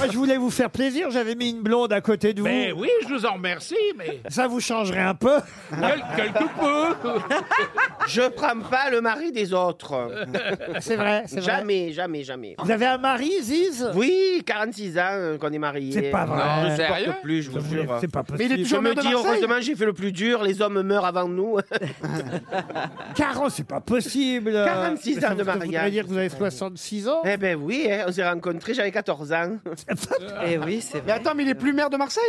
Ah, voulais vous faire plaisir, j'avais mis une blonde à côté de vous. Mais Ben oui, je vous en remercie, mais. Ça vous changerait un peu Quel, quelque peu Je prends pas le mari des autres. C'est vrai, c'est vrai. Jamais, jamais, jamais. Vous avez un mari, Ziz Oui, 46 ans euh, qu'on est mariés. C'est pas vrai. Non, je Sérieux supporte plus, je vous jure. C'est pas Mais possible. il est toujours je me dis, heureusement, j'ai fait le plus dur. Les hommes meurent avant nous. 40, c'est pas possible. 46 Ça ans de voudrait- voudrait mariage. dire que vous avez 66 ans eh ben oui, hein, on s'est rencontrés, j'avais 14 ans. eh oui, c'est vrai. Mais attends, mais il est plus maire de Marseille